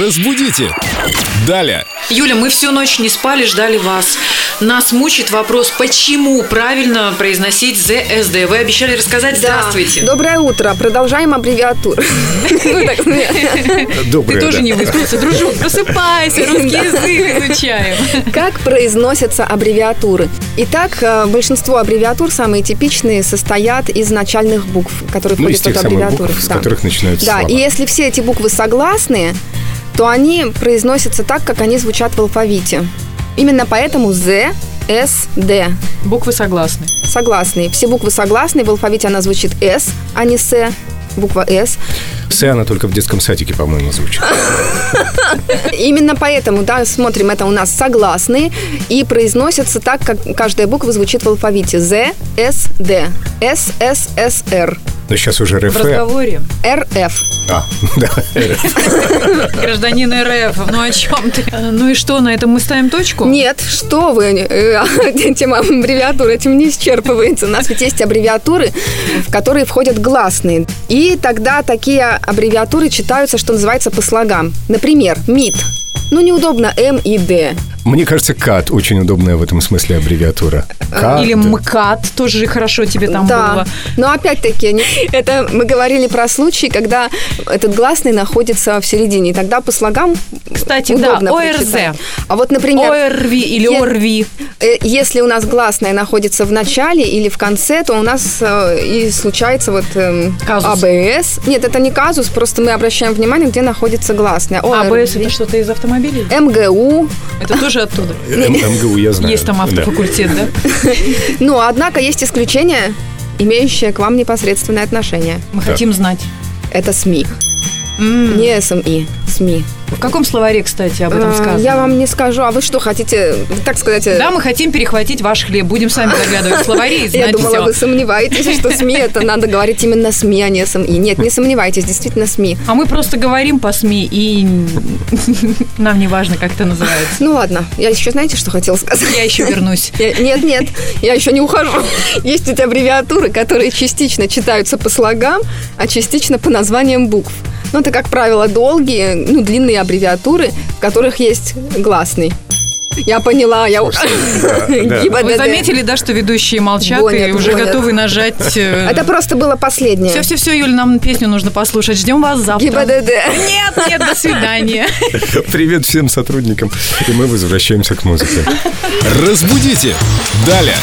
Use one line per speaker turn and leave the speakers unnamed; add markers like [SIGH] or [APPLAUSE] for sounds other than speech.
Разбудите! Далее!
Юля, мы всю ночь не спали, ждали вас. Нас мучит вопрос, почему правильно произносить ЗСД. Вы обещали рассказать. Здравствуйте.
Доброе утро. Продолжаем аббревиатуру. Ну, так,
[LAUGHS]
Доброе,
Ты тоже
да.
не выспался, дружок, просыпайся, русский язык изучаем.
Как произносятся аббревиатуры? Итак, э, большинство аббревиатур, самые типичные, состоят из начальных букв, которые
Ну, из
входят в
тех
эту
самых
аббревиатуру.
букв, с
Да.
которых начинаются
Да,
слова.
и если все эти буквы согласные, то они произносятся так, как они звучат в алфавите. Именно поэтому З, С, Д
Буквы согласны.
согласные. Все буквы согласные, в алфавите она звучит С, а не С, буква С.
С она только в детском садике, по-моему, звучит.
Именно поэтому, да, смотрим, это у нас согласные и произносятся так, как каждая буква звучит в алфавите. З, С, Д, С, С, С, Р,
Но сейчас уже
В
РФ.
разговоре
Р, Ф.
А, [LAUGHS] да.
гражданин РФ, ну о чем ты? Ну и что, на этом мы ставим точку?
Нет, что вы, [LAUGHS] э, тема аббревиатур этим не исчерпывается. У нас ведь есть аббревиатуры, в которые входят гласные. И тогда такие аббревиатуры читаются, что называется, по слогам. Например, МИД. Ну, неудобно М и Д.
Мне кажется, КАТ очень удобная в этом смысле аббревиатура. КАТ.
Э, Или МКАД, тоже хорошо тебе там
да.
было.
Но
[LAUGHS]
опять-таки, не- это мы говорили про случаи, когда этот гласный находится в середине. И тогда по слогам
Кстати, да,
удобно прочитать.
ОРЗ.
А вот, например,
ОРВИ или
Нет.
ОРВИ.
э, если у нас гласная находится в начале или в конце, то у нас э, и случается вот эм,
Казус.
АБС. Нет, это не казус, просто мы обращаем внимание, где находится гласная. О,
АБС
РВ.
А, это что-то из автомобилей?
МГУ.
Это тоже оттуда.
э, М- МГУ, я знаю.
Есть там
Да.
автофакультет, да?
Ну, однако есть исключения, имеющие к вам непосредственное отношение.
Мы
Да.
хотим знать.
Это СМИ. Не СМИ, СМИ.
В каком словаре, кстати, об этом
А,
сказано?
Я вам не скажу, а вы что хотите, так сказать, э,
Да, мы хотим перехватить ваш хлеб. Будем сами заглядывать в словари и
[LAUGHS] я
знать
думала,
все.
вы сомневаетесь, что СМИ это надо говорить именно СМИ, а не СМИ. Нет, не сомневайтесь, действительно СМИ.
А мы просто говорим по СМИ, и [LAUGHS] нам не важно, как это называется.
Ну ладно, я еще, знаете, что хотела сказать?
Я еще вернусь.
Я- Нет, нет, я еще не ухожу. Есть эти аббревиатуры, которые частично читаются по слогам, а частично по названиям букв. Ну, это, как правило, долгие, ну, длинные аббревиатуры, в которых есть гласный. Я поняла, я уж... [LAUGHS]
да.
Вы заметили, да, что ведущие молчат и
Гонят,
уже
гонят.
готовы нажать... э,
Это просто было последнее.
Все-все-все, Юль, нам песню нужно послушать. Ждем вас завтра.
ГИБДД.
Нет, нет, до свидания.
[LAUGHS] Привет всем сотрудникам. И мы возвращаемся к музыке.
Разбудите! Далее!